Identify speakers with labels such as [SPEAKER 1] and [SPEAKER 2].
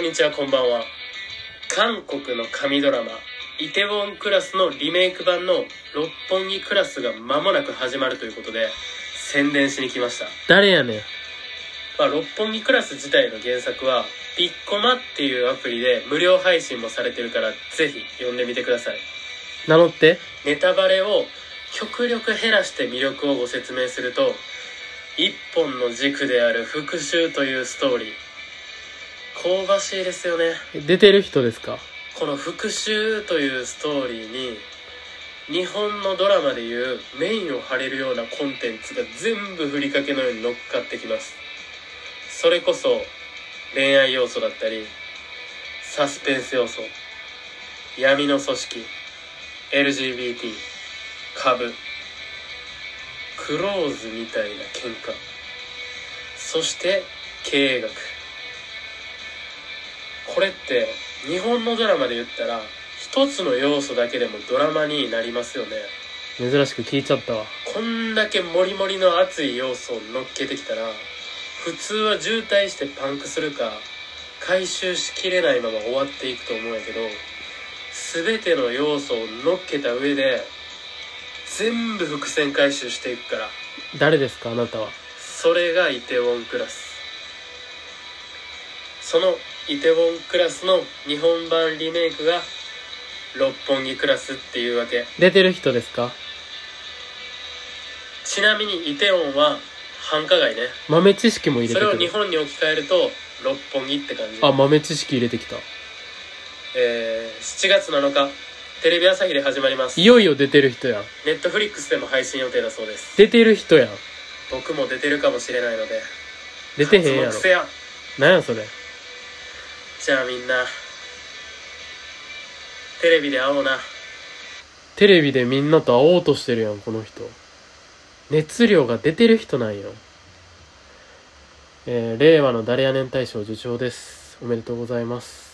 [SPEAKER 1] んにちはこんばんは韓国の神ドラマ「イテウォンクラス」のリメイク版の「六本木クラス」が間もなく始まるということで宣伝しに来ました、
[SPEAKER 2] 誰やねん
[SPEAKER 1] まあ、六本木クラス自体の原作は「ピッコマ」っていうアプリで無料配信もされてるからぜひ読んでみてください
[SPEAKER 2] 名乗って
[SPEAKER 1] ネタバレを極力減らして魅力をご説明すると一本の軸である復讐というストーリー香ばしいですよね
[SPEAKER 2] 出てる人ですか
[SPEAKER 1] この復讐というストーリーに日本のドラマでいうメインを張れるようなコンテンツが全部ふりかけのように乗っかってきますそれこそ恋愛要素だったりサスペンス要素闇の組織 LGBT 株クローズみたいな喧嘩そして経営学これって日本のドラマで言ったら一つの要素だけでもドラマになりますよね
[SPEAKER 2] 珍しく聞いちゃったわ
[SPEAKER 1] こんだけモリモリの熱い要素を乗っけてきたら普通は渋滞してパンクするか回収しきれないまま終わっていくと思うんやけど全ての要素を乗っけた上で全部伏線回収していくから
[SPEAKER 2] 誰ですかあなたは
[SPEAKER 1] それがイテウォンクラスそのイテウォンクラスの日本版リメイクが六本木クラスっていうわけ
[SPEAKER 2] 出てる人ですか
[SPEAKER 1] ちなみにイテウォンは繁華街ね
[SPEAKER 2] 豆知識も入れ
[SPEAKER 1] そ
[SPEAKER 2] て
[SPEAKER 1] れ
[SPEAKER 2] く
[SPEAKER 1] を日
[SPEAKER 2] る
[SPEAKER 1] 本に置き換えると六本木って感じ
[SPEAKER 2] あ豆知識入れてきた
[SPEAKER 1] えー、7月7日テレビ朝日で始まります
[SPEAKER 2] いよいよ出てる人やん
[SPEAKER 1] ネットフリックスでも配信予定だそうです
[SPEAKER 2] 出てる人やん
[SPEAKER 1] 僕も出てるかもしれないので
[SPEAKER 2] 出てへんやろ
[SPEAKER 1] 活目せよ
[SPEAKER 2] なんやそれ
[SPEAKER 1] じゃあみんなテレビで会おうな
[SPEAKER 2] テレビでみんなと会おうとしてるやんこの人熱量が出てる人なんよえー令和の誰やねん大賞受賞ですおめでとうございます